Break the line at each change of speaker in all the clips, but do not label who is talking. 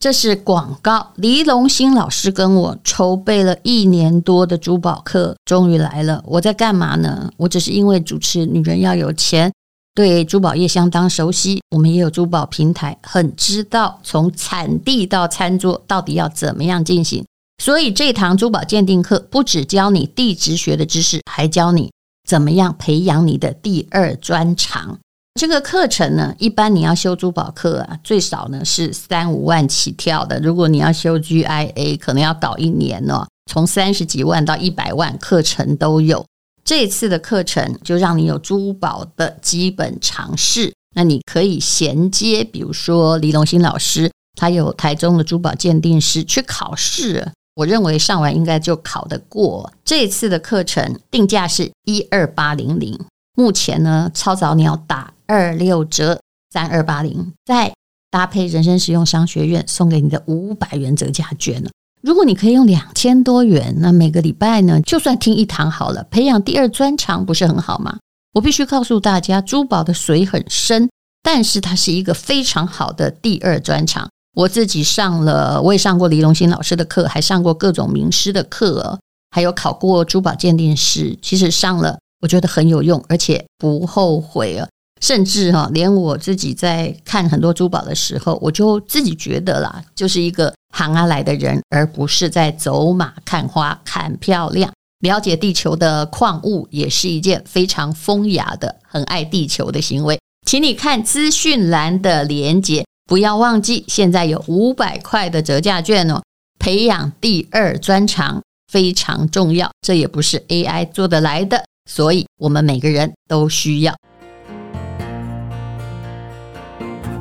这是广告。黎龙兴老师跟我筹备了一年多的珠宝课，终于来了。我在干嘛呢？我只是因为主持《女人要有钱》，对珠宝业相当熟悉。我们也有珠宝平台，很知道从产地到餐桌到底要怎么样进行。所以这堂珠宝鉴定课不只教你地质学的知识，还教你怎么样培养你的第二专长。这个课程呢，一般你要修珠宝课啊，最少呢是三五万起跳的。如果你要修 GIA，可能要搞一年哦，从三十几万到一百万课程都有。这次的课程就让你有珠宝的基本常识，那你可以衔接，比如说李龙兴老师，他有台中的珠宝鉴定师去考试，我认为上完应该就考得过。这次的课程定价是一二八零零。目前呢，超早鸟打二六折，三二八零，再搭配人生实用商学院送给你的五百元折价券呢。如果你可以用两千多元，那每个礼拜呢，就算听一堂好了，培养第二专长不是很好吗？我必须告诉大家，珠宝的水很深，但是它是一个非常好的第二专长。我自己上了，我也上过黎龙兴老师的课，还上过各种名师的课，哦还有考过珠宝鉴定师。其实上了。我觉得很有用，而且不后悔啊！甚至哈、啊，连我自己在看很多珠宝的时候，我就自己觉得啦，就是一个行啊来的人，而不是在走马看花、看漂亮。了解地球的矿物也是一件非常风雅的、很爱地球的行为。请你看资讯栏的连接，不要忘记，现在有五百块的折价券哦！培养第二专长非常重要，这也不是 AI 做得来的。所以，我们每个人都需要。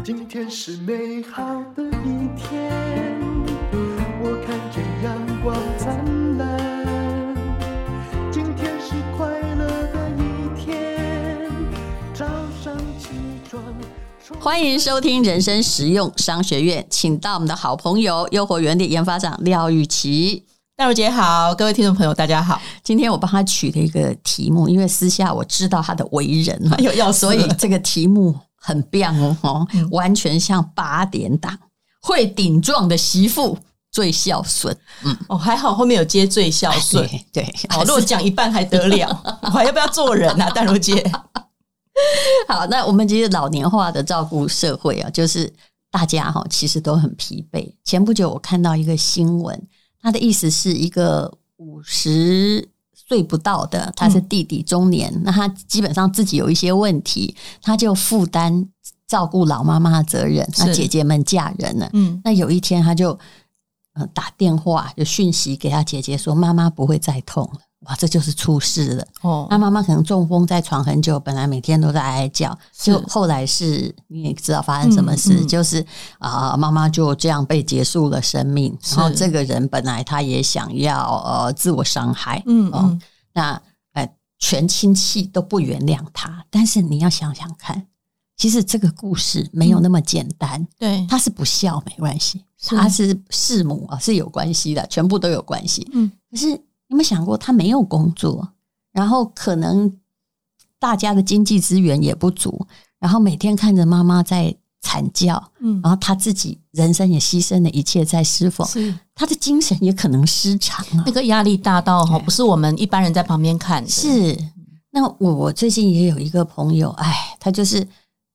今天是美好的一天，我看见阳光灿烂。今天是快乐的一天，早上起床。充满
欢迎收听《人生实用商学院》，请到我们的好朋友诱惑原理研发长廖玉琪。
戴茹姐好，各位听众朋友大家好。
今天我帮他取了一个题目，因为私下我知道他的为人 嘛，
又要死
所
了
以这个题目很棒哦，哦完全像八点档。会顶撞的媳妇最孝顺，
哦，还好后面有接最孝顺。
对对，
好，如果讲一半还得 了，我还要不要做人啊，戴茹姐？
好，那我们其实老年化的照顾社会啊，就是大家哈、其实都很疲惫。前不久我看到一个新闻，他的意思是一个五十岁不到的，他是弟弟中年，那他基本上自己有一些问题，他就负担照顾老妈妈的责任。那
是
姐姐们嫁人了，
嗯，
那有一天他就呃打电话有讯息给他姐姐说，妈妈不会再痛了。哇，这就是出事了。
哦
他，妈妈可能中风在床很久，本来每天都在哀叫，
是
就后来是你也知道发生什么事，
嗯嗯
就是啊、妈妈就这样被结束了生命。
是
然后这个人本来他也想要呃自我伤害，
嗯
哦
嗯，
那呃全亲戚都不原谅他。但是你要想想看，其实这个故事没
嗯
有那么简单，
对，
他是不孝没关系，
是
他是弑母啊是有关系的，全部都有关系。
嗯，
可是你有没有想过，他没有工作，然后可能大家的经济资源也不足，然后每天看着妈妈在惨叫，
嗯
然后他自己人生也牺牲了一切在侍奉，
是哎
他的精神也可能失常啊
哦那。个压力大到哈，
对
不是我们一般人在旁边看的，
是，那我我最近也有一个朋友，哎，他就是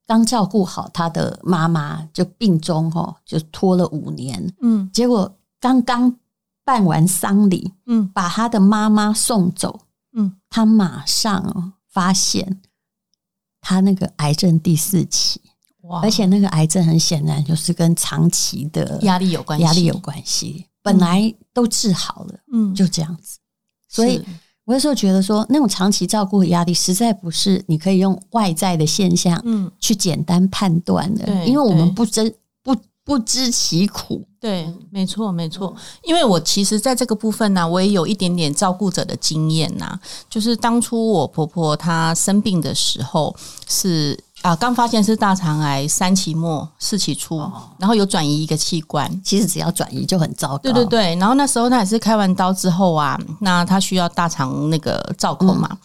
刚照顾好他的妈妈，就病中哦，就拖了五年，
嗯
结果刚刚办完丧礼，
嗯
把他的妈妈送走，
嗯，
他马上哦发现他那个癌症第四期，
哇
而且那个癌症很显然就是跟长期的
压力有关系，
压力有，关系，本来都治好了，
嗯，
就这样子。所以
是
我有时候觉得说，那种长期照顾的压力，实在不是你可以用外在的现象
嗯，
去简单判断的，
对
因为我们
对
不知不不知其苦，
对，
嗯
没错，没错。因为我其实在这个部分呢、我也有一点点照顾者的经验呐、就是当初我婆婆她生病的时候是啊，刚发现是大肠癌三期末四期初，
哦
然后有转移一个器官。
其实只要转移就很糟糕。
对对对，然后那时候她也是开完刀之后啊，那她需要大肠那个照口嘛，
嗯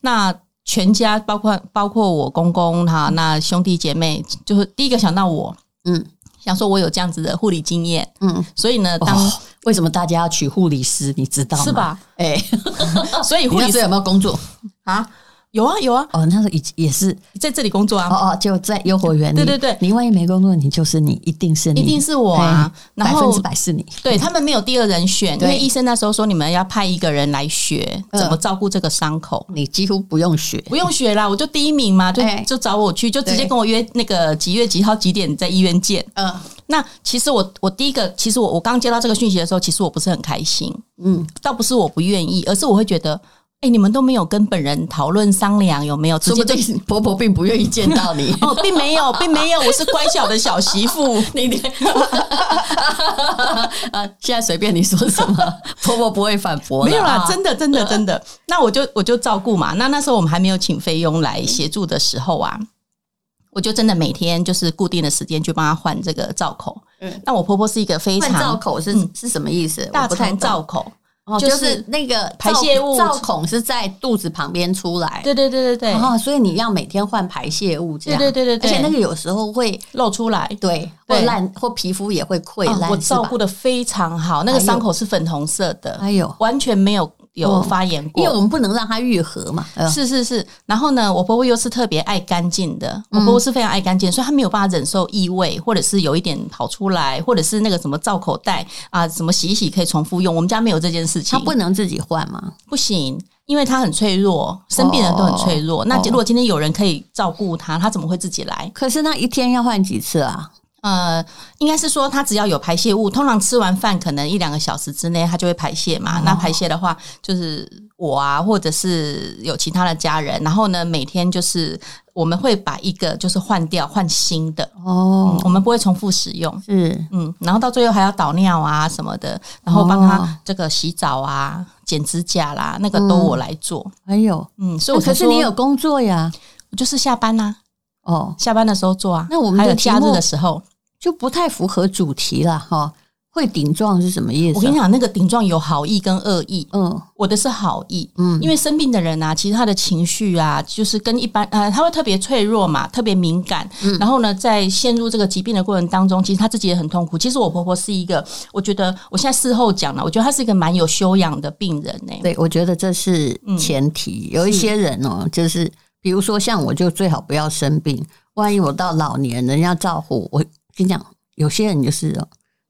那全家包括包括我公公他那兄弟姐妹，就是第一个想到我，
嗯，
想说我有这样子的护理经验，
嗯，
所以呢，当、
哦，为什么大家要娶护理师？你知道吗？
是？吧？哦
哎、
所以
你
护
那
理
时候
师
有没有工作？
啊，有啊有啊，
哦，那时候也也是，
在这里工作啊，
哦哦，就在幼儿园。
对
你
对对
你万一没工作，你就是你，一定是你，
一定是我啊
嘿。嗯
然
百分
后
之百是你。
对他们没有第二人选，因
对
为医生那时候说你们要派一个人来学
嗯
怎么照顾这个伤口。
你几乎不用学，
不用学啦，我就第一名嘛，就
哎
就找我去，就直接
对
跟我约那个几月几号几点在医院见。
嗯
那其实我我第一个，其实我我刚接到这个讯息的时候，其实我不是很开心，
嗯，
倒不是我不愿意，而是我会觉得，哎、你们都没有跟本人讨论商量有没有，直
说
接
不
就。
定婆婆并不愿意见到你
哦，并没有，并没有，我是乖巧的小媳妇，
你你 啊！现在随便你说什么，婆婆不会反驳的啊。
没有啦，真的，真的，真的。那我就我就照顾嘛。那那时候我们还没有请菲佣来协助的时候啊，我就真的每天就是固定的时间去帮她换这个造口。
嗯
那我婆婆是一个非
换造
常
口是
嗯
是什么意思？
大
我不太懂
肠造口，
哦，
就
就是是那个
排泄物
造孔是在肚子旁边出来。
对对对对对，
哦，所以你要每天换排泄物，这样
对对对对对
而且那个有时候会
露出来。
对，哦
对
或烂或皮肤也会溃
啊
烂、
我
是
照
吧
顾的非常好，那个
哎呦
伤口是粉红色的，
哎呦
完全没有有
哦
发炎过，嗯
因为我们不能让它愈合嘛。呃、
是是是，然后呢，我婆婆又是特别爱干净的，我婆婆是非常爱干净，所以她没有办法忍受异味，或者是有一点跑出来，或者是那个什么造口袋啊，什么洗一洗可以重复用，我们家没有这件事情，
它不能自己换嘛。
不行，因为她很脆弱，生病的人都很脆弱。那
哦
如果今天有人可以照顾她，她怎么会自己来？
可是那一天要换几次啊？
呃，应该是说她只要有排泄物，通常吃完饭可能一两个小时之内她就会排泄嘛。
哦
那排泄的话，就是我啊，或者是有其他的家人，然后呢，每天就是我们会把一个就是换掉，换新的，嗯
哦，
我们不会重复使用。
是
嗯，然后到最后还要倒尿啊什么的，然后帮她
哦
这个洗澡啊、剪指甲啦，那个都我来做。
还有，
嗯，所以
那
我才
哎可是你
说
有工作呀。
我就是下班呐、
哦，
下班的时候做啊。
那我们的
还有
题
假日
目
的时候，
就不太符合主题了哈、会顶撞是什么意思？啊
我跟你，讲，那个顶撞有好意跟恶意。
嗯
我的是好意，
嗯，
因为生病的人啊，其实他的情绪啊，就是跟一般呃，他会特别脆弱嘛，特别敏感。
嗯
然后呢，在陷入这个疾病的过程当中，其实他自己也很痛苦。其实我婆婆是一个，我觉得我现在事后讲了，我觉得她是一个蛮有修养的病人欸呢、
对，我觉得这是前提。
嗯
有一些人哦，就是比如说像我，就最好不要生病。万一我到老年，人家照顾我，跟你讲，有些人就是哦，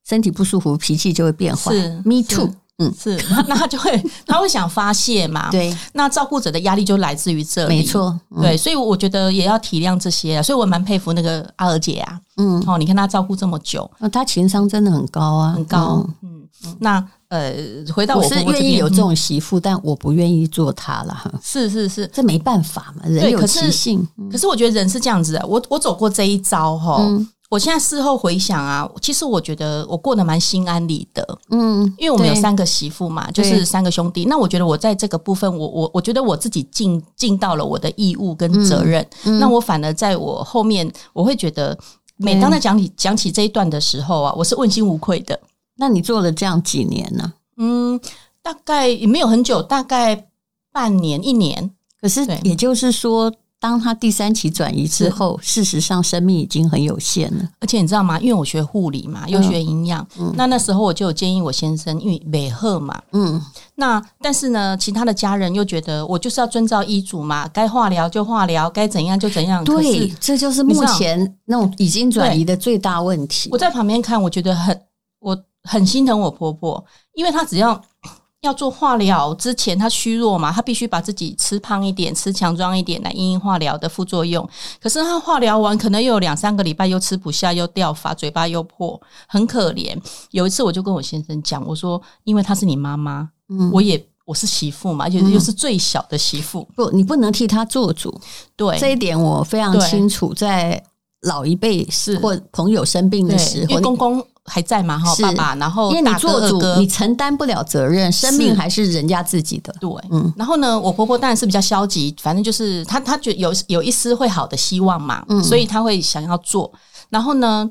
身体不舒服，脾气就会变坏。
是
Me
是
too。嗯，
是，那他就 会他会想发泄嘛。，
对，
那照顾者的压力就来自于这里。
没。错。嗯，
对，所以我觉得也要体谅这些，啊所以我蛮佩服那个阿娥姐啊。
嗯，
哦，你看她照顾这么久，
那哦他情商真的很高啊，
很高
嗯。。
嗯，那呃，回到
我
我
是
婆婆这
愿意
边嗯
有这种媳妇，但我不愿意做她啦。哈
是是是，
这没办法嘛，人
对
有
可是
其性。
可是我觉得人是这样子的，我我走过这一招哈、
嗯
我现在事后回想啊，其实我觉得我过得蛮心安理得，
嗯，
因为我们有
对
三个媳妇嘛，就
对
是三个兄弟。那我觉得我在这个部分，我我我觉得我自己尽尽到了我的义务跟责任。
嗯
那我反而在我后面，我会觉得。每当在讲起讲起这一段的时候啊，我是问心无愧的。
那你做了这样几年呢？
嗯，大概也没有很久，大概半年一年。
可是
对，
也就是说，当他第三期转移之后，事实上生命已经很有限了。
而且你知道吗？因为我学护理嘛，又学营养，那那时候我就有建议我先生，因为美赫嘛。
嗯，
那但是呢，其他的家人又觉得我就是要遵照医嘱嘛，该化疗就化疗，该怎样就怎样。嗯可
对
是，
这就是目前那种已经转移的最大问题
我。在旁边看，我觉得很我很心疼我婆婆，因为她只要。 要做化疗之前，她虚弱嘛，她必须把自己吃胖一点、吃强壮一点来因应化疗的副作用。可是她化疗完，可能又有两三个礼拜又吃不下，又掉发，嘴巴又破，很可怜。有一次我就跟我先生讲，我说，因为她是你妈妈，
嗯
我也我是媳妇嘛，而且又是最小的媳妇，
不，你不能替他做主，
对，
这一点我非常
对
清楚。在老一辈
是
或朋友生病的时
对，因
候
为，公公还在嘛，哈，
是
爸爸，然后
因为你
大哥
做
二
主，
哥
你。承担不了责任，生命还是人家自己的。
对，
嗯
然后呢，我婆婆当然是比较消极，反正就是她，她觉得有有一丝会好的希望嘛，
嗯
所以她会想要做。然后呢，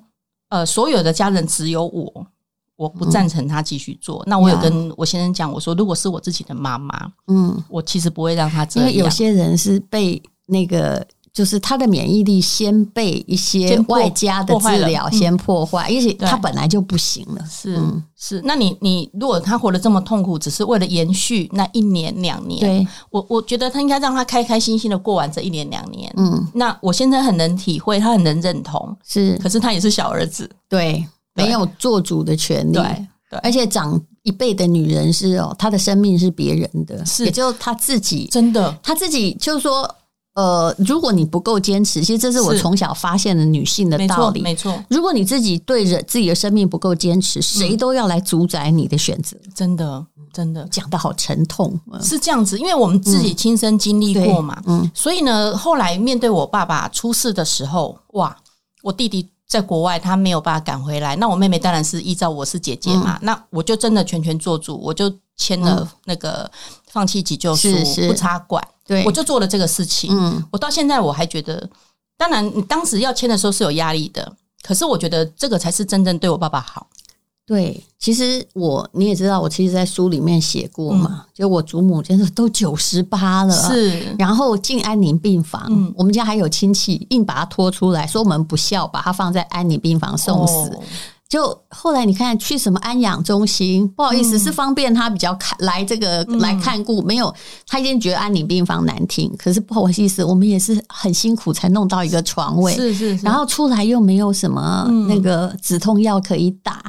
呃，所有的家人只有我，我不赞成她继续做。那我有
呀
跟我先生讲，我说如果是我自己的妈妈，
嗯，
我其实不会让她这
因
样。
为有些人是被那个就是他的免疫力先被一些
先破
外加的
破坏
治
了
疗
嗯
先破坏，因为
对
他本来就不行了。
是、
嗯
是，那你你如果他活得这么痛苦，只是为了延续那一年两年，
对，
我我觉得他应该让他开开心心的过完这一年两年。
嗯，
那我现在很能体会，他很能认同，
是
可是他也是小儿子，
对，
对
没有做主的权利。
对对
而且长一辈的女人是哦，她的生命是别人的，
是
也就是她自己，
真的
她自己就是说，呃，如果你不够坚持，其实这是我
是
从小发现的女性的
没
道
错
理。
没错，
如果你自己对人自己的生命不够坚持，谁都要来主宰你的选择。
真的
嗯
真的
讲的好沉痛，嗯
是这样子，因为我们自己亲身经历过嘛，
嗯
所以呢，后来面对我爸爸出事的时候，哇，我弟弟在国外，他没有办法赶回来，那我妹妹当然是依照我是姐姐
嗯
嘛，那我就真的全权做主，我就签了那个放弃急救书，
是是
不插管，
对，
我就做了这个事情。
嗯
我到现在我还觉得，当然你当时要签的时候是有压力的，可是我觉得这个才是真正对我爸爸好。
对。其实我你也知道，我其实，在书里面写过嘛，就我祖母真的都九十八了，
嗯是
然后进安宁病房，
嗯
我们家还有亲戚硬把他拖出来，说我们不孝，把他放在安宁病房送死。
哦
就后来你看去什么安养中心，不好意思，
嗯
是方便他比较看来这个来看顾，没有他已经觉得安宁病房难听，可是不好意思，我们也是很辛苦才弄到一个床位，
是是是，
然后出来又没有什么
嗯
那个止痛药可以打，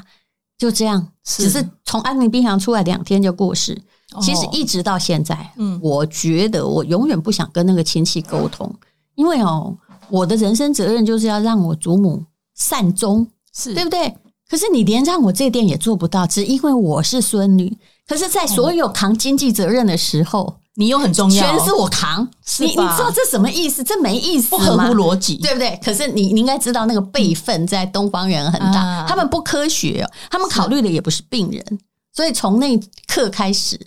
就这样，
是
只是从安宁病房出来两天就过世。其实
哦
一直到现在，
嗯
我觉得我永远不想跟那个亲戚沟通，因为哦，我的人生责任就是要让我祖母善终，
是
对不对？可是你连让我这点也做不到，只因为我是孙女。可是，在所有扛经济责任的时候，
你又很重要，
全是我扛。
是
你你知
吧
道这什么意思？这没意思
不合
吗
乎逻辑。
对不对？可是你你应该知道那个辈分在东方人很大，
啊
他们不科学哦、他们考虑的也不是病人，所以从那一刻开始。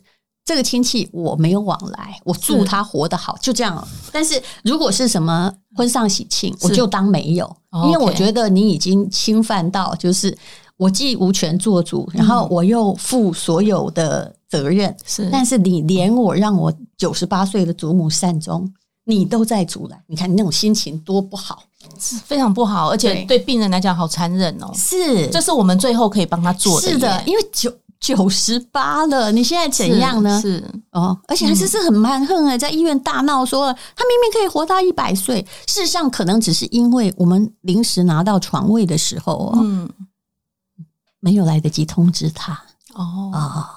这个亲戚我没有往来，我祝他活得好，就这样哦。但是如果是什么婚丧喜庆，我就当没有，
哦
因为我
OK
觉得你已经侵犯到，就是我既无权做主，然
嗯
后我又负所有的责任。
是
但是你连我让我九十八岁的祖母善终，你都在阻拦，你看你那种心情多不好。
是非常不好，而且
对
对病人来讲好残忍哦。
是，
这是我们最后可以帮他做的耶，
是的，因为九九十八了，你现在怎样呢？
是
哦，而且还是是很蛮横哎，在医院大闹说他明明可以活到一百岁，事实上可能只是因为我们临时拿到床位的时候哦，
嗯
没有来得及通知他
哦，
啊、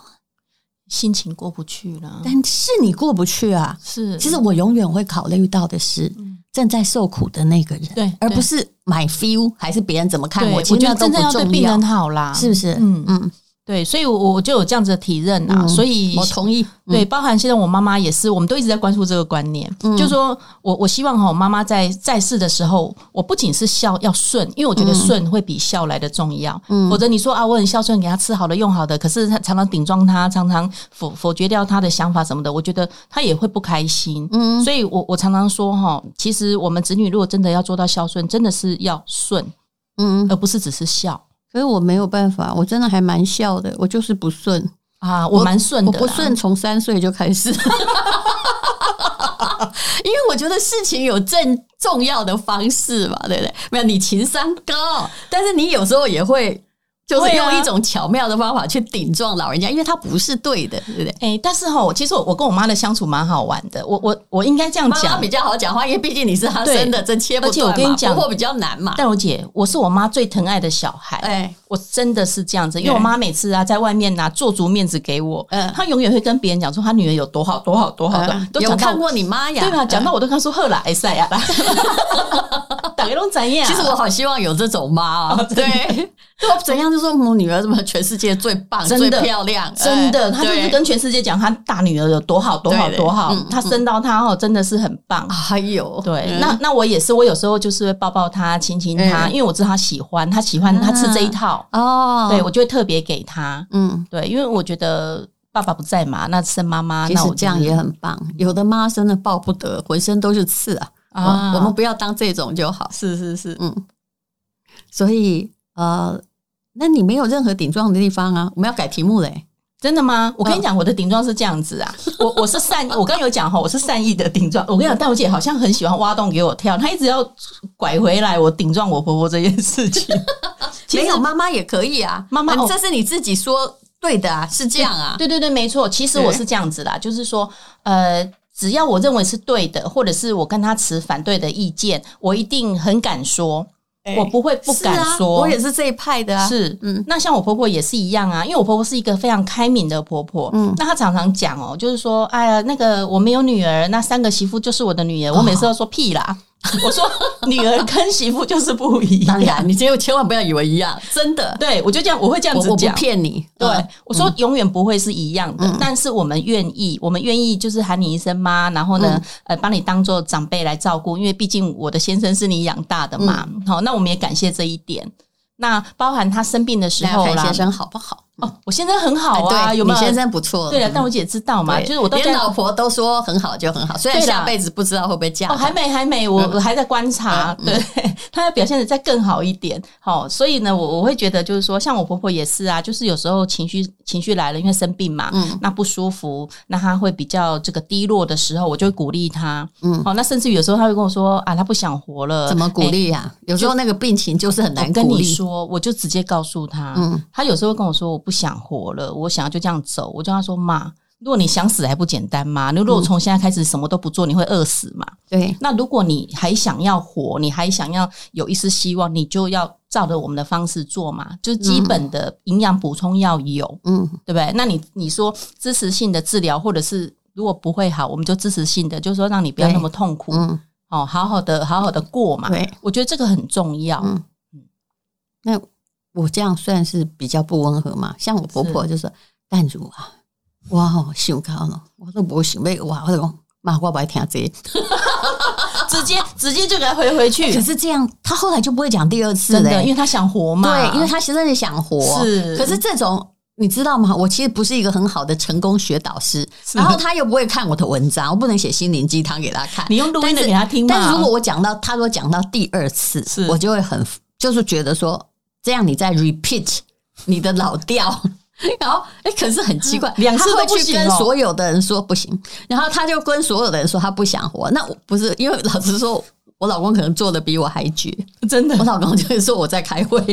心情过不去了，
但是你过不去啊。
是
其实我永远会考虑到的是
嗯
正在受苦的那个人，
对
而不
对
是 my feel 还是别人怎么看
对
我，
我
其实
觉
那都
得真正
不
要对
重
病
要
人，好啦，
是不是？
嗯
嗯，
对，所以我我就有这样子的体认啊，
嗯
所以
我同意。嗯
对，包含现在我妈妈也是，我们都一直在灌输这个观念，就说我我希望哈，我妈妈在在世的时候，我不仅是孝要顺，因为我觉
嗯
得顺会比孝来的重要。否则你说啊，我很孝顺，给她吃好的用好的，可是她常常顶撞她，常常否否决掉她的想法什么的，我觉得她也会不开心。
嗯
所以我我常常说哈，其实我们子女如果真的要做到孝顺，真的是要顺，
嗯，
而不是只是孝
可是我没有办法，我真的还蛮孝的，我就是不顺，
啊。我蛮顺
我
的啦，
不顺从三岁就开 始，因为我觉得事情有正重要的方式嘛，对不对？没有你情商高，但是你有时候也会。就是
会啊
用一种巧妙的方法去顶撞老人家，因为他不是对的，对不对？
哎、但是哈，我其实我我跟我妈的相处蛮好玩的。我我我应该这样
妈妈
讲
比，较好讲话，因为毕竟你是他
对
生的，这切不
而且我
断
跟你
嘛。
讲
婆婆比较难嘛。
戴茹姐，我是我妈最疼爱的小孩。
哎，
我真的是这样子，因为我妈每次啊在外面呐、做足面子给我，
嗯
她永远会跟别人讲说她女儿有多好多好多好的，
嗯
都
有
讲到
看过你妈呀？
对吧？
嗯
讲到我都跟她说赫啦，哎塞呀 啦，打给龙怎样？
其实我好希望有这种妈、 哦，对，就我怎样就说我女儿怎么全世界最棒、
真
最
的
漂亮，
真的，
哎
她就是
对
跟全世界讲她大女儿有多好多好
对对
多好
嗯，
她生到她哦真的是很棒。
哎呦，
对，
嗯
那那我也是，我有时候就是会抱抱她，亲亲她，
嗯
因为我知道她喜欢，她喜欢她吃这一套，
哦，
对我就会特别给她。
嗯，
对，因为我觉得爸爸不在嘛，那剩妈妈，
其
那
实
我
这样也很棒。有的妈真的抱不得，浑身都是刺啊！
啊，
我们不要当这种就好。
是是是，
嗯，所以呃，那你没有任何顶撞的地方啊？我们要改题目嘞。
真的吗？我跟你讲，我的顶撞是这样子啊，我我是善，我刚有讲哈，我是善意的顶撞。我跟你讲，但我姐好像很喜欢挖洞给我跳，她一直要拐回来我顶撞我婆婆这件事情。其
没
实
有妈妈也可以啊，
妈妈
啊
哦
这是你自己说对的啊，是这样啊。
对对对，没错。其实我是这样子啦，就是说，呃，只要我认为是对的，或者是我跟他持反对的意见，我一定很敢说，我不会不敢
是啊
说。
我也是这一派的啊。
是，
嗯
嗯，那像我婆婆也是一样啊，因为我婆婆是一个非常开明的婆婆，嗯，那她常常讲哦，就是说，哎呀，那个我没有女儿，那三个媳妇就是我的女
哦
儿，我每次都说屁啦， 我说女儿跟媳妇就是不一
当
样，
然，你千千万不要以为一样，真的，
对我就这样，我会这样
我
子
我不
讲。
骗你。
对
嗯，
我说永远不会是一样的，但是我们愿意，我们愿意就是喊你一声妈，然后呢，
嗯
呃，把你当做长辈来照顾，因为毕竟我的先生是你养大的嘛。
嗯
好，那我们也感谢这一点。那包含他生病的时
来
候
看
啦
先，生好不好？
哦，我先生很好
哎
啊，
对
有没有？
你先生不错。嗯
对了，啊但我姐知道嘛，
对
就是我到
连
现在哦
老婆都说很好就很好，虽然
对啦
下辈子不知道嗯会不会嫁
哦，
的。
还没还没，我我还在观察，对， 她要表现的再更好一点，好、所以呢，我我会觉得就是说，像我婆婆也是啊，就是有时候情绪情绪来了，因为生病嘛，
嗯
那不舒服，那她会比较这个低落的时候，我就会鼓励她，
嗯
嗯，好、那甚至有时候她会跟我说啊，她不想活了，
怎么鼓
哎
励呀？有时候那个病情就是很难
我哦跟
鼓
你
励。
说，我就直接告诉他，
嗯
他有时候会跟我说我不想活了，我想要就这样走，我就跟他说妈。如果你想死还不简单吗？
嗯
你如果从现在开始什么都不做，你会饿死嘛？
对，
那如果你还想要活，你还想要有一丝希望，你就要照着我们的方式做嘛，就是基本的营养补充要有，
嗯，
对不对？那你你说支持性的治疗，或者是如果不会好，我们就支持性的，就是说让你不要
对
那么痛苦，
嗯
哦，好好的好好的过嘛。
对，
我觉得这个很重要。
嗯那我这样算是比较不温和嘛？像我婆婆就说：“淡如啊，我好想高了，我都不想被哇，我就讲妈，我不爱听这个。
直接直接就给他回回去
可，是这样，她后来就不会讲第二次
真
嘞、
的，因为他想活嘛。
对，因为她真的想活。
是
可是这种你知道吗？我其实不是一个很好的成功学导师，然后她又不会看我的文章，我不能写心灵鸡汤给她 看。
你用录音的
但是
给他听嘛。
但是如果我讲到，她如果讲到第二次，
是
我就会很就是觉得说，这样你在 repeat 你的老调。 然后，哎，可是很奇怪，
两次
他会
都不
去
行哦
跟所有的人说不行，然后他就跟所有的人说他不想活。那我不是因为老实说，我老公可能做的比我还绝，
真的
我哦老公就会说我在开会，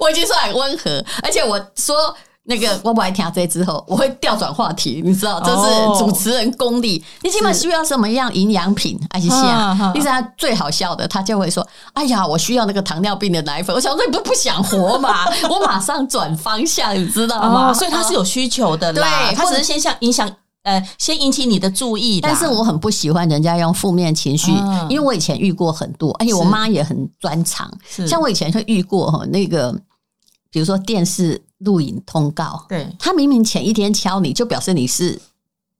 我已经算很温和，而且我说那个我不爱听这之后，我会调转话题，你知道，这
哦
是主持人功力。你起码需要什么样营养品？哎
哈
呀
哈，
你知道最好笑的，他就会说：“哎呀，我需要那个糖尿病的奶粉。”我想说你不是不想活嘛， 我马上转方向，你知道吗？
哦，所以他是有需求的啦，
对
他只
或者
是先向影响呃，先引起你的注意啦。
但是我很不喜欢人家用负面情绪，
嗯
因为我以前遇过很多，而且我
是
妈也很专长。
是
像我以前就遇过哈，那个比如说电视录影通告，
对
他明明前一天敲你，就表示你是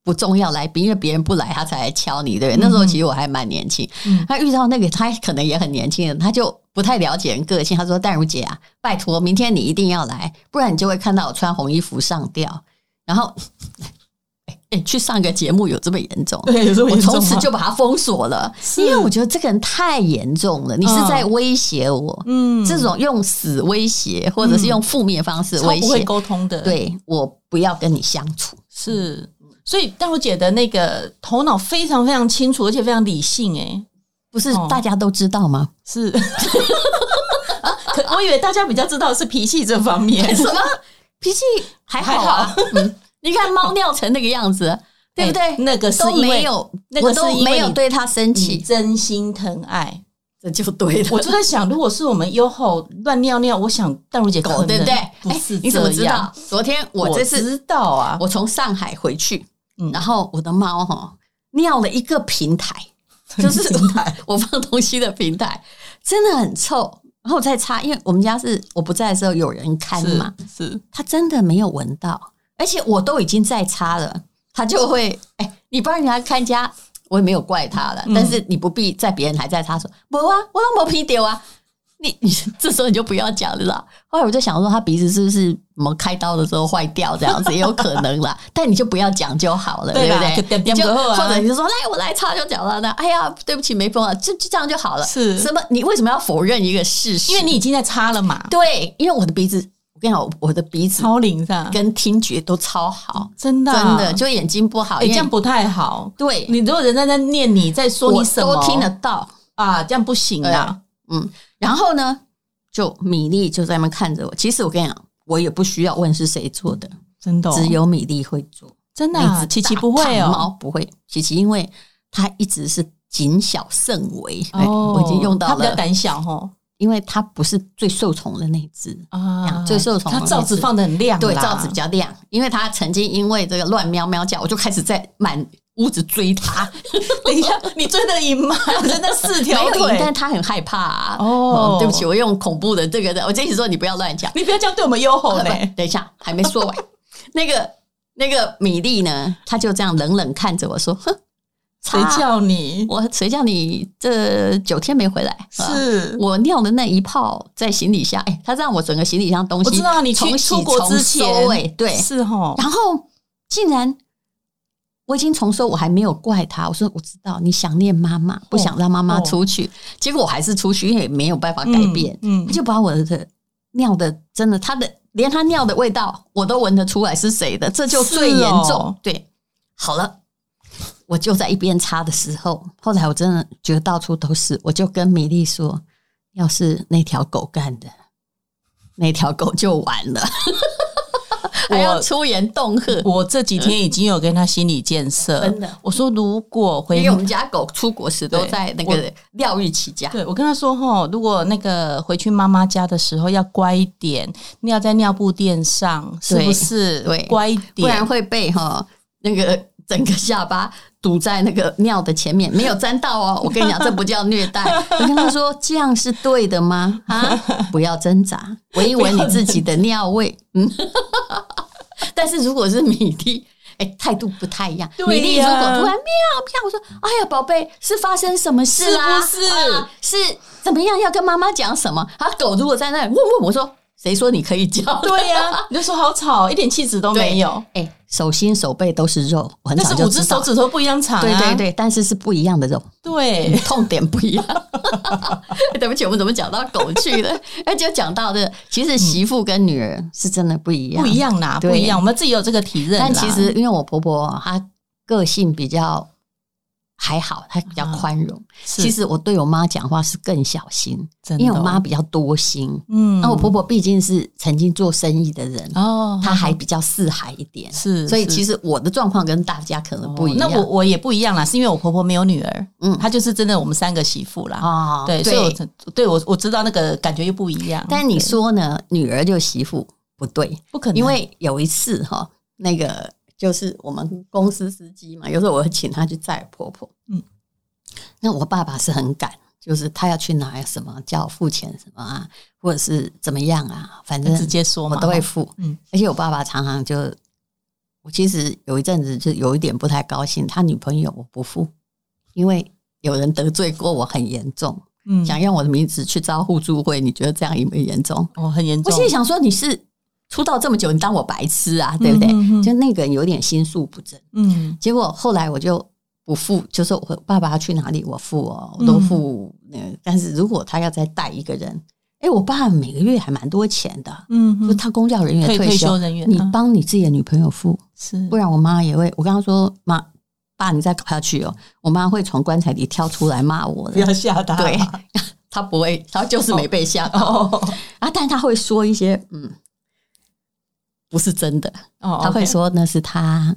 不重要来宾，因为别人不来他才来敲你，对不对？那时候其实我还蛮年轻，
嗯
他遇到那个他可能也很年轻的，他就不太了解人个性。他说：“淡如姐啊，拜托，明天你一定要来，不然你就会看到我穿红衣服上吊。”然后。 哎哎去上个节目有这么严重？
对，有时候
我
严重
从此
啊
就把他封锁了，因为我觉得这个人太严重了，你是在威胁我。
嗯
这种用死威胁，或者是用负面方式
超
威
不会
胁，
沟通的，，
对我不要跟你相处。
是。所以，但我姐的那个头脑非常非常清楚，而且非常理性、诶，
不是
哦
大家都知道 吗？
是。啊可我以为大家比较知道的是脾气这方面，
什么脾气还好啊？嗯，你看猫尿成那个样子， 对不
哎
对？
那个是
都
因
没
为
有，
那
我
个是
都
因为
没有
你
对他生
你
气，
真心疼爱，
这就对了。
我就在想，如果是我们优后乱尿尿，我想淡如姐可
狗
能
对不对？
不
哎
是，
你怎么
这
知
样
道？？昨天我
我
这次
知道啊，
我从上海回去，
嗯
然后我的猫哈尿了一个平 台，就是我放东西的平台，真的很臭。然后我再擦，因为我们家是我不在的时候有人看
是
嘛，
是
它真的没有闻到，而且我都已经在擦了，它就会哎，你帮人家看家，我也没有怪他了，
嗯
但是你不必在别人还在擦说，没啊，我都没屁丢啊。你 你这时候你就不要讲了啦。后来我就想说，他鼻子是不是我们开刀的时候坏掉这样子，也有可能啦。 但你就不要讲就好了，
对啦
不对？
就点
你
点
就
不好
或
啊
者你就说来我来擦就讲了那哎呀，对不起没碰啊，就就这样就好了。
是
什么？你为什么要否认一个事实？
因为你已经在擦了嘛。
对，因为我的鼻子，我跟你讲，我的鼻子
超龄是吧？
跟听觉都超好，
真的啊
真的，就眼睛不好，
哎，这样
因为
不太好。
对，
你如果人家在念你，在说你
我
什么，
都听得到。
啊，这样不行啊。
嗯，然后呢，就米粒就在那边看着我。其实我跟你讲，我也不需要问是谁做的，
真的哦，
只有米粒会做。
真的
那
啊，
只
琪琪不会
大胖猫
哦，
不会。琪琪因为它一直是谨小慎微，哎
哦，
我已经用到
他比较
了，
胆小哦。
因为它不是最受宠的那一只。
啊
最受宠
它
的
罩
那
子
只
放的很亮啦，
对，罩子比较亮，因为它曾经因为这个乱喵喵叫，我就开始在满屋子追它，
等一下，你追得赢 吗？真的四条
没有赢，
腿，
但它很害怕、啊。
哦
对不起，我用恐怖的这个的，我这一直说你不要乱讲。
你不要这样对我们优吼
呃不
嘞！
等一下，还没说完。 那个那个米粒呢，他就这样冷冷看着我说：“哼，
谁
擦
叫你？
我谁叫你这九天没回来？啊
是
我尿的那一泡在行李箱，哎、他让我整个行李箱东西
我知道啊你去
重洗
出国之前
重收哎、对，
是吼，
然后竟然。”我已经重收，我还没有怪他。我说我知道你想念妈妈，不想让妈妈
哦
出去。结果我还是出去，因为也没有办法改变。
嗯，嗯
他就把我的尿的真的，他的连他尿的味道我都闻得出来是谁的，这就最严重。
是哦
对，好了，我就在一边擦的时候，后来我真的觉得到处都是，我就跟米粒说，要是那条狗干的，那条狗就 完了，还要出言恫吓。
我这几天已经有跟他心理建设，
真的。
我说如果
因
回
为我们家狗出国时都
对
在那个廖育起家，
对我跟他说吼，如果那个回去妈妈家的时候要乖一点，尿在尿布垫上，是
对
不是？
对
乖一点，
不然会被哈那个整个下巴堵在那个尿的前面，没有沾到哦。我跟你讲，这不叫虐 待。我跟他说，这样是对的吗？啊，不要挣扎，闻一闻你自己的尿味。嗯， 但是如果是米粒。哎、态度不太一样。
对呀
米粒如果突然喵喵，我说：“哎呀，宝贝，是发生什么事啦、
是不是
啊是怎么样？要跟妈妈讲什么？”啊，狗如果在那里问问我说：“谁说你可以叫？”
对呀、你就说好吵，一点气质都
对
没有。
哎、手心手背都是肉，我很
但
早
是
就
五只
知道
手
了。
指头不一样长、啊，
对对对，但是是不一样的 肉，
对，
痛点不一样。 对不起，我们怎么讲到狗去 了？哎，就讲到这，其实媳妇跟女儿是真的不一样，
不一。样啦，
对
不一样。我们自己有这个体认啦，
但其实因为我婆婆她个性比较还好，她比较宽容。
是
其实我对我妈讲话是更小心，
真的
因为我妈比较多心。
嗯
那我婆婆毕竟是曾经做生意的人，
哦，
她还比较四海一点，
是
所以
是哦
其实我的状况跟大家可能不一样。
那我我也不一样啦，是因为我婆婆没有女儿，
嗯
嗯，她就是真的我们三个媳妇啦。
啊
对，所以我对我我知道那个感觉又不一样。
但你
对
说呢？女儿就媳妇不对，
不可能，
因为有一次哈，那个就是我们公司司机嘛，有时候我会请他去载婆婆。嗯
嗯，
那我爸爸是很赶，就是他要去哪什么叫付钱什么啊，或者是怎么样啊，反正
直接说
我
嘛，
都会付。
嗯
而且我爸爸常常就，我其实有一阵子就有一点不太高兴，他女朋友我不付，因为有人得罪过我很严重。
嗯
想用我的名字去招互助会，你觉得这样有没有严重？
哦很严
我
重
心，里想说，你是出道这么久，你当我白痴啊，对不对？
嗯嗯嗯
就那个人有点心术不正。
嗯
结果后来我就不付，就说我爸爸要去哪里，我付哦，我都
嗯
付。呃但是如果他要再带一个人，哎，我爸每个月还蛮多钱的，
嗯
就
嗯，
他公教人员
退
退
退
休
休，人员，
你
嗯
帮你自己的女朋友付，
是
不然我妈也会。我跟她说，妈。爸，你再搞下去哦，我妈会从棺材里跳出来骂我的。
不 要吓他，
对，他不会，他就是没被吓到、
哦
啊，但他会说一些嗯，不是真的，
哦，
他会
OK
说那是他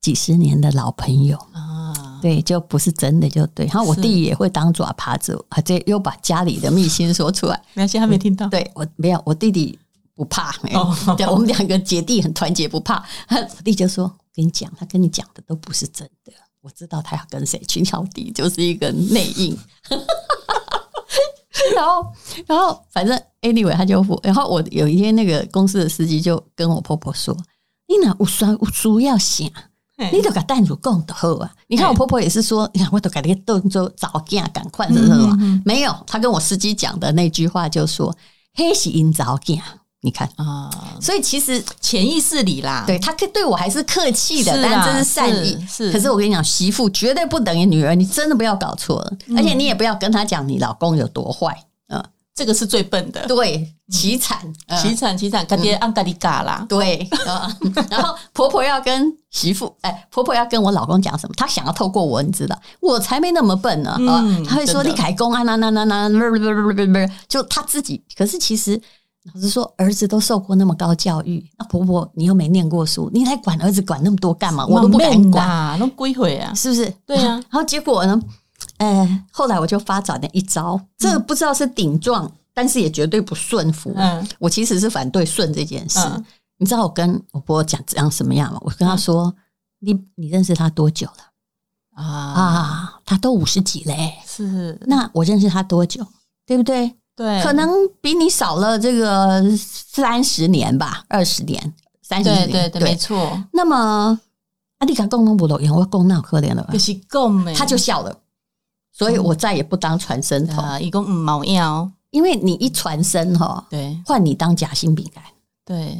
几十年的老朋友，
啊，
对，就不是真的，就对。然后我
是
弟也会当爪耙子，啊，这又把家里的秘辛说出来。
没关系，他没听到，
对我没有，我弟弟不怕，哎
哦
对，我们两个姐弟很团结，不怕。他我弟就说：“我跟你讲，他跟你讲的都不是真的，我知道他要跟谁去。”小弟就是一个内应。 然后，然后反正 anyway 他就付。然后我有一天那个公司的司机就跟我婆婆说：“你哪有酸有需要想？”
嘿
你都甲蛋主讲的好啊！你看我
嘿
婆婆也是说，你看我都给你动作早囝赶快是什么？
嗯嗯嗯
啊没有，她跟我司机讲的那句话就说：“黑是因早囝。”你看，
啊，
所以其实
潜意识里啦，
对她可对我还是客气的，
是啊
但这是善意。
是是
可是我跟你讲，媳妇绝对不等于女儿，你真的不要搞错了，而且你也不要跟她讲你老公有多坏，嗯，
这个是最笨的，
对，凄惨，嗯
凄惨凄惨，感觉按咖喱嘎啦，
对啊。 然后婆婆要跟媳妇，哎，婆婆要跟我老公讲什么？她想要透过我，你知道，我才没那么笨呢啊
嗯！
她会说
真的
你改工啊，那那那那，不不不不不，就她自己。可是其实。老实说，儿子都受过那么高教育，那婆婆你又没念过书，你来管儿子管那么多干嘛？我都不敢管，
管，弄归回啊，
是不是？
对啊
然后结果呢，呃，后来我就发展了一招，这个不知道是顶撞，但是也绝对不顺服。
嗯
我其实是反对顺这件事。
嗯
你知道我跟我婆婆讲怎样什么样吗？我跟她说：“你你认识他多久了
啊，
啊？他都五十几嘞。
是，
那我认识他多久？对不对？
对，
可能比你少了这个三十年吧，二十年、三十
对
年。
对对，没错，
那么啊，你敢共同不露我共那可怜了吧
就？是共诶，
嗯他就笑了，所
嗯
以我再也不当传声筒，
啊，一共五毛样，
因为你一传声哈，
对
换你当夹心饼干，
对，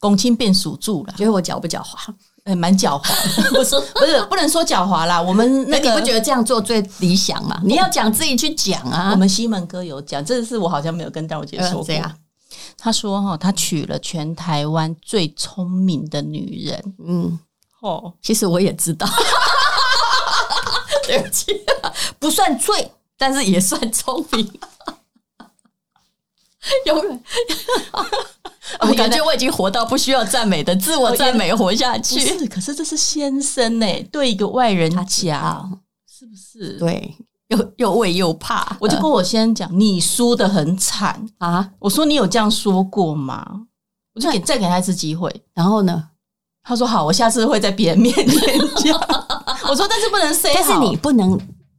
公亲变属猪了
觉，得我狡不狡猾？
哎，蛮狡猾， 不是不是不能说狡猾啦，我们那
那
个
你不觉得这样做最理想吗？你要讲自己去讲
我
啊，
们西门哥有讲，这是我好像没有跟张我姐说
呃
过。
怎样
他说哈、他娶了全台湾最聪明的女人。
嗯，
哦，
其实我也知道，对不起，啊不算最，但是也算聪明。永远， 我感觉我已经活到不需要赞美的自我赞美活下
不
去。
是，可是这是先生呢、欸对一个外人
他知道
讲，是不是？，
对，又又畏又怕，
我就跟我先生讲，你输的很惨。
啊，
我说你有这样说过吗？我就给再给他一次机会。
然后呢？
他说好，我下次会在别人面前 讲。我说但是不能 say
但是
好
你不能，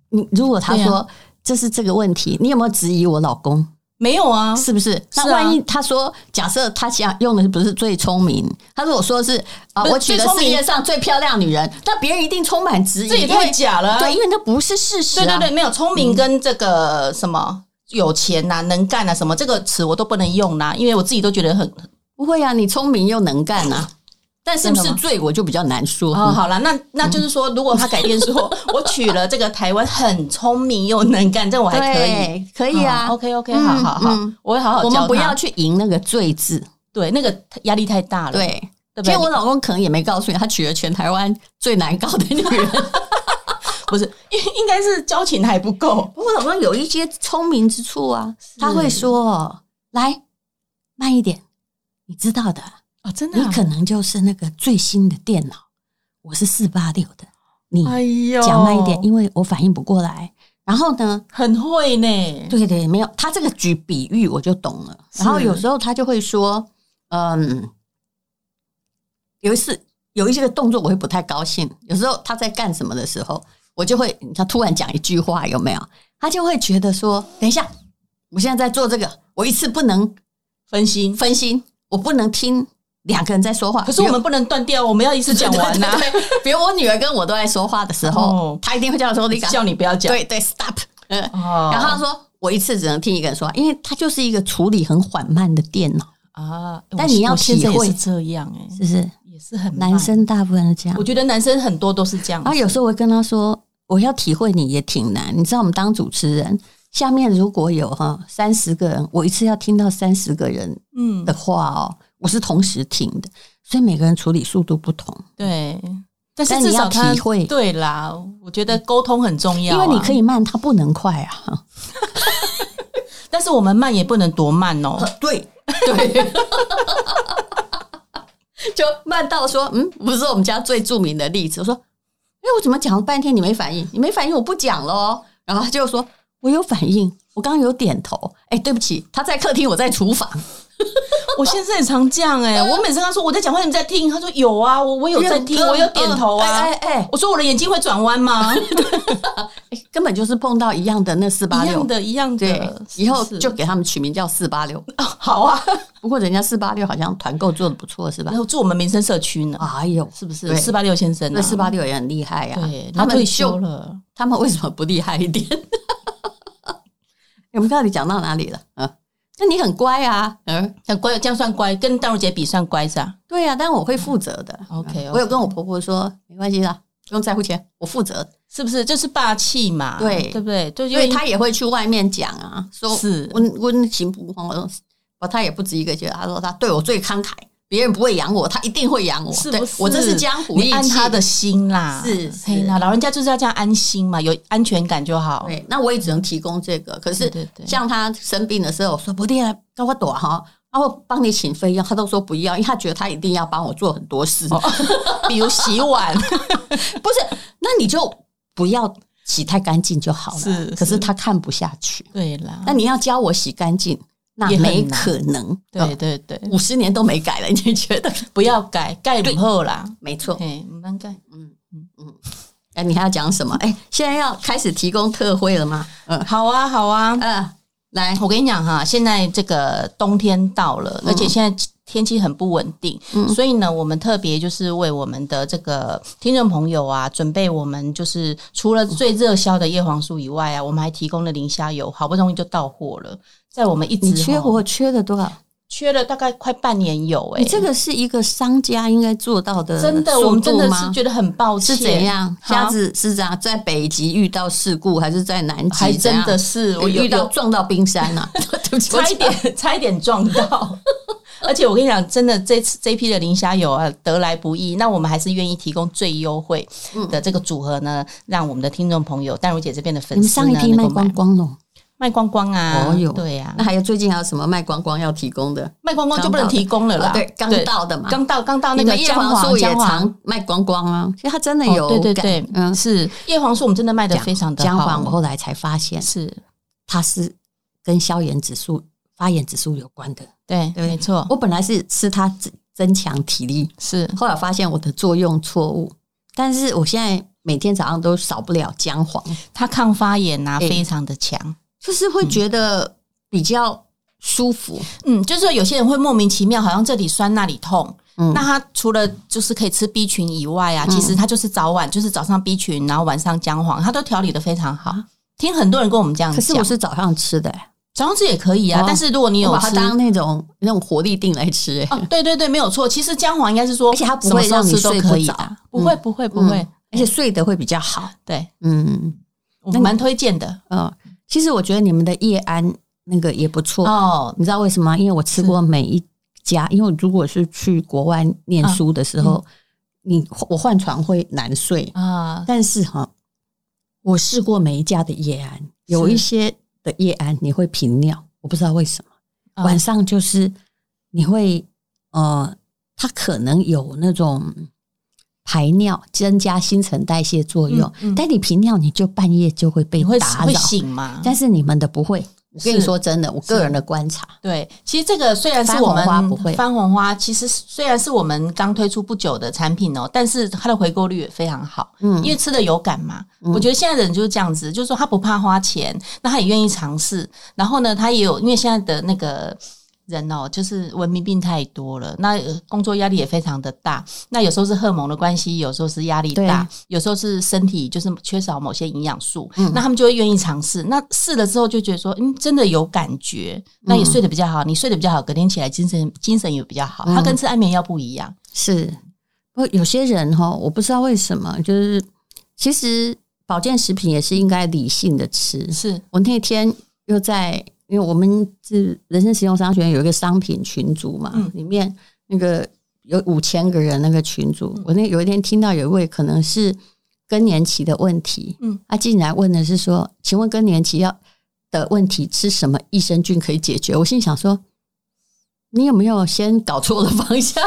你如果他
对啊
说这是这个问题，你有没有质疑我老公
没有啊，
是不是？那
是啊
万一他说，假设他想用的不是最聪明，他如果说是啊，
不是
我娶了
最聪
世
明
界上最漂亮女人，那别人一定充满质疑，
这也
因
太
为
假了啊、
对，因为那不是事实
对对
啊。
对，没有聪明跟这个什么有钱呐、能干呐、什么这个词我都不能用啦、因为我自己都觉得很
不会啊，你聪明又能干 啊，但是不
真
是
的吗
罪我就比较难说。嗯
哦，好啦，那那就是说，如果他改变 说我娶了这个台湾很聪明又能干，这我还可以。
对，可以啊。
，OK OK，
嗯
好好好，
嗯
我会好好教
我们不
他
要去赢那个罪字，
对那个压力太大了，
对。
对不
其
对
实？我老公可能也没告诉你，他娶了全台湾最难搞的女人。
不是，因为应该是交情还不够，
我老公有一些聪明之处啊，他会说：“来，慢一点，你知道的，啊
哦，真
你可能就是那个最新的电脑，我是四八六的，你
哎呦，
讲慢一点，，因为我反应不过来。”然后呢，
很会呢，
对对，没有他这个举比喻我就懂了。
是
然后有时候他就会说：“嗯，有一次有一些个动作我会不太高兴，有时候他在干什么的时候，我就会他突然讲一句话，有没有？他就会觉得说：等一下，我现在在做这个，我一次不能
分心。
分心，我不能听两个人在说话。
可是我们不能断掉，我们要一次讲完啊呐、
对对对比如我女儿跟我都在说话的时候，
哦
他一定会叫我说：“你敢
叫你不要讲。
对对，stop。”嗯，
哦
然后他说我一次只能听一个人说话，因为他就是一个处理很缓慢的电脑，
啊，
但
我
你要
我现在
体
也
会
是这样哎、
是不是？哎
也是很慢
男，生大部分是这样
我。觉得男生很多都是这样
然后有时候我会跟他说，我要体会你也挺难，你知道我们当主持人。下面如果有哈三十个人，我一次要听到三十个人
嗯
的，话哦，我是同时听的，所以每个人处理速度不同，
对。但是
但
至
你
少
要
他
体会
对啦，我觉得沟通很重要、啊
因为你可
以，
以慢，他不能快啊。
但是我们慢也不能多慢 哦。
对对， 就慢到说，嗯，不是我们家最著名的例子。我说，哎，我怎么讲了半天你没反应？你没反应，我不讲了哦。然后他就说，我有反应，我刚刚有点头。哎，对不起，他在客厅，我在厨房。
我先生也常这样哎、
啊
我每次跟他说我在讲话，你们在听，他说有啊，我我有在听，我有点头啊。
哎哎哎
我说我的眼睛会转 弯吗？
哎，根本就是碰到一样的那四八
一
六
样。的，一样
啊对
的，，
以后
是不是
就给他们取名叫四八六。
好啊。
不过人家四八六好像团购做的不错，是吧
然？后住我们民生社区呢，
哎呦，
哎是不
对
是？四八六先生、啊，
那四八六也很厉害呀、啊
对，
他
他
们
退
就
休了。
他们为什么不厉害一点？ 我们到底讲到哪里了？嗯，那你很乖啊，嗯，
很乖，这样算乖，跟淡如姐比算乖是吧？
对啊，但我会负责的。
OK，OK
我有跟我婆婆说，没关系啦，不用在乎钱，我负责。
是不是？就是霸气嘛，
对
对不对？就因
因为
为
他也会去外面讲啊，说
是
温温情不慌，我他也不止一个觉得，他说他对我最慷慨，别人不会养我，他一定会养我，
是
哦对
不是？
我这是江湖义气。
你安他的心啦，
是是
嘿啦，老人家就是要这样安心嘛，有安全感就好。
对，那我也只能提供这个。可是
哦对对对
像他生病的时候，我说不对啊，跟我躲哈，然后帮你请费用，他都说不要，因为他觉得他一定要帮我做很多事。
哦比如洗碗，
不是，那你就不要洗太干净就好了。
是
可是
是
他看不下去。
对啦，
那你要教我洗干净，那
也很
没
难
可能。哦
对对对，
五十年都没改了，你觉得？
不要改，盖以后啦，
没错。
嘿，不能改。
哎，你还要讲什么？哎，现在要开始提供特惠了吗？嗯
好啊，好啊，
嗯，来，
我跟你讲哈，现在这个冬天到了，而且
嗯
现在天气很不稳定，所以呢，我们特别就是为我们的这个听众朋友啊，准备我们就是除了最热销的叶黄素以外啊，我们还提供了磷虾油，好不容易就到货了，在我们一直
你缺
哦
货缺了多少？
缺了大概快半年有哎、
你这个是一个商家应该做到的
真的
速
我们真
度
的是
吗
觉得很抱歉，
是怎样？
好
虾子是这样，在北极遇到事故，还是在南极？
还真的是
怎样
我有
遇到
有
撞到冰山 了、啊，对不起，我
差一点 差一点撞 到。而且我跟你讲，真的这次这批的磷虾油啊，得来不易。那我们还是愿意提供最优惠
嗯
的这个组合呢，让我们的听众朋友，淡如姐这边的
你
粉
们
丝呢
上一批
能
卖
够买
光光了，
卖光光啊！
哦哟
对呀、
那还有最近还有什么卖光光要提供的？
卖光光就不能提供了啦。
哦对，刚到的嘛，
刚到刚到那
你
个
们叶
姜
黄
黄
素也
姜黄
常卖光光啊，其实它真的
哦
有
对对
改
对，
嗯，
是叶黄素，我们真的卖的
姜
非常的
姜
好。
黄，我后来才发现
是
它是跟消炎指数、发炎指数有关的。
对，
对
没错，
我本来是吃它增增强体力，
是
后来发现我的作用错误，但是我现在每天早上都少不了姜黄，
它抗发炎啊，
哎
非常的强。
就是会觉得比较舒服。
嗯，就是说有些人会莫名其妙，好像这里酸那里痛。
嗯
那他除了就是可以吃 B 群以外啊，其实他就是早晚就是早上 B 群，然后晚上姜黄，他都调理的非常好。听很多人跟我们这样
可
讲，
是我是早上吃的、欸
早上吃也可以啊，
哦
但是如果你有
我把它
吃。
当那种那种活力定来吃、哎、
哦，对对对，没有错。其实姜黄应该是说，
而且它不会让你
什么时候吃
睡
都
不
可以
着
的，不会不会不会
嗯，而且睡得会比较好。
对，
嗯
我蛮推荐的
呃，其实我觉得你们的夜安那个也不错，
哦。
你知道为什么吗？因为我吃过每一家，因为如果是去国外念书的时候，你我换床会难睡，
啊，
但是哈，我试过每一家的夜安，有一些的夜安你会频尿，我不知道为什么，
啊
晚上就是你会呃，它可能有那种。排尿增加新陈代谢作用，
嗯嗯
但你频尿你就半夜就会被
你会
打
会
扰，
醒吗？
但是你们的不会。我跟你
是
说真的，我个人的观察，
对，其实这个虽然是我们
番红花不会
番红花其实虽然是我们刚推出不久的产品哦，但是它的回购率也非常好，
嗯
因为吃的有感嘛。我觉得现在的人就是这样子，就是说他不怕花钱，那他也愿意尝试。然后呢，他也有因为现在的那个。人哦，就是文明病太多了，那呃工作压力也非常的大。那有时候是荷尔蒙的关系，有时候是压力大
对，
有时候是身体就是缺少某些营养素，那他们就会愿意尝试。那试了之后就觉得说，嗯，真的有感觉，那也睡得比较好，你睡得比较好，隔天起来精神精神也比较好。它跟吃安眠药不一样，
是，不过有些人哈，我不知道为什么，就是其实保健食品也是应该理性的吃。
是
我那天又在，因为我们是人生实用商学院有一个商品群组嘛，
嗯
里面那个有五千个人那个群
嗯
组，我那有一天听到有一位可能是更年期的问题，
嗯，
他进来问的是说，请问更年期要的问题吃什么益生菌可以解决？我心想说。你有没有先搞错了方向？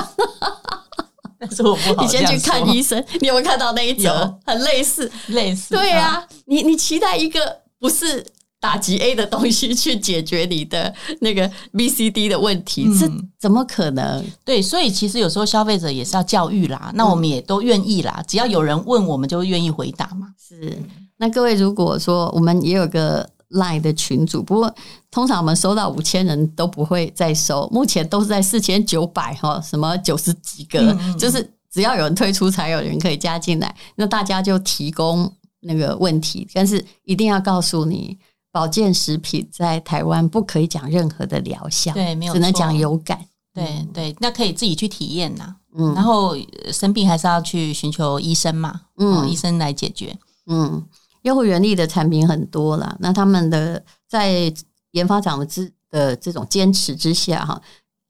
但是我不 好
你先去看
医
医生，你有没有看到那一则
有
很类似？
类似
对啊，你你期待一个不是打击 A 的东西去解决你的那个 B、C、D 的问题，
嗯
这怎么可能？
对，所以其实有时候消费者也是要教育啦，那我们也都愿意啦，只要有人问，我们就愿意回答嘛。
是那各位如果说我们也有个 Line 的群组，不过通常我们收到五千人都不会再收，目前都是在四千九百哈，什么九十几个，
嗯嗯
就是只要有人退出，才有人可以加进来。那大家就提供那个问题，但是一定要告诉你。保健食品在台湾不可以讲任何的疗效，
对没有嗯
只能
错
讲有感。
对对，那可以自己去体验呐。
嗯
然后呃生病还是要去寻求医生嘛，
嗯
嗯，医生来解决。
嗯，优活原力的产品很多啦，那他们的在研发长的之的这种坚持之下哈，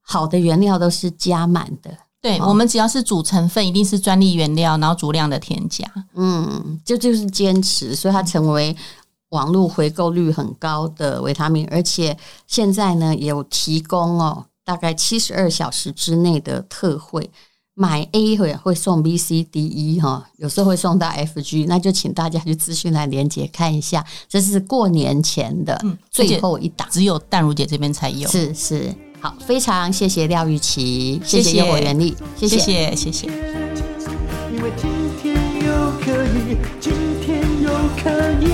好的原料都是加满的，
对、
哦
我们只要是主成分，一定是专利原料，然后足量的添加。
嗯，这就是坚持，所以它成为网络回购率很高的维他命，而且现在呢有提供哦，大概七十二小时之内的特惠，买 A 会会送 B、C、D、E 哈、有时候会送到 F、G，那就请大家去资讯来连接看一下，这是过年前的
嗯而且
最后一档，
只有淡如姐这边才有。
是是。好，非常谢谢廖玉琪，谢
谢谢
谢我原力，谢
谢
谢。
谢谢谢。
因为今天又可以，今天又可以。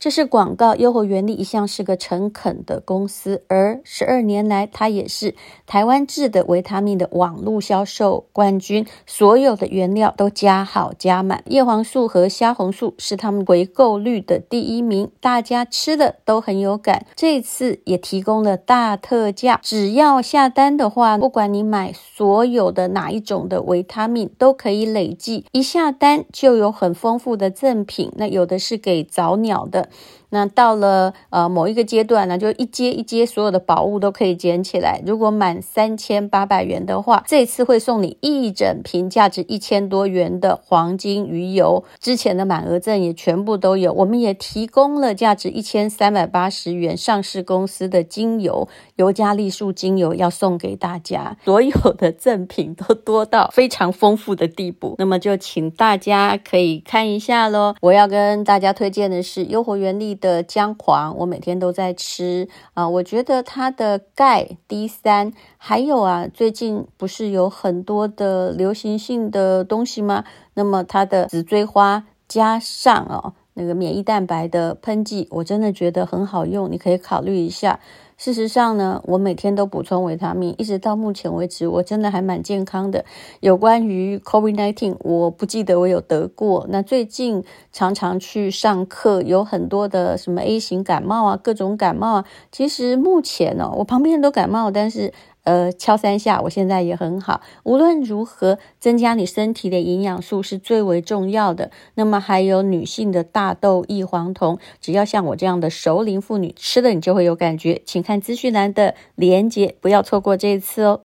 这是广告。优活原力一向是个诚恳的公司，而十二年来，它也是台湾制的维他命的网络销售冠军。所有的原料都加好加满，叶黄素和虾红素是他们回购率的第一名，大家吃的都很有感。这次也提供了大特价，只要下单的话，不管你买所有的哪一种的维他命，都可以累计，一下单就有很丰富的赠品。那有的是给早鸟的，那到了呃某一个阶段呢，就一阶一阶所有的宝物都可以捡起来。如果满三千八百元的话，这次会送你一整瓶价值一千多元的黄金鱼油。之前的满额赠也全部都有，我们也提供了价值一千三百八十元上市公司的精油尤加利树精油要送给大家，所有的赠品都多到非常丰富的地步。那么就请大家可以看一下喽。我要跟大家推荐的是优活原力的姜黄，我每天都在吃啊、我觉得它的钙 D 三，还有啊，最近不是有很多的流行性的东西吗？那么它的紫锥花加上哦那个免疫蛋白的喷剂，我真的觉得很好用，你可以考虑一下。事实上呢，我每天都补充维他命，一直到目前为止，我真的还蛮健康的。有关于 COVID-19，我不记得我有得过。那最近常常去上课，有很多的什么 A 型感冒啊，各种感冒啊。其实目前呢、我旁边人都感冒，但是呃，敲三下，我现在也很好。无论如何，增加你身体的营养素是最为重要的。那么还有女性的大豆异黄酮，只要像我这样的熟龄妇女吃了，你就会有感觉。请看资讯栏的连接，不要错过这一次哦。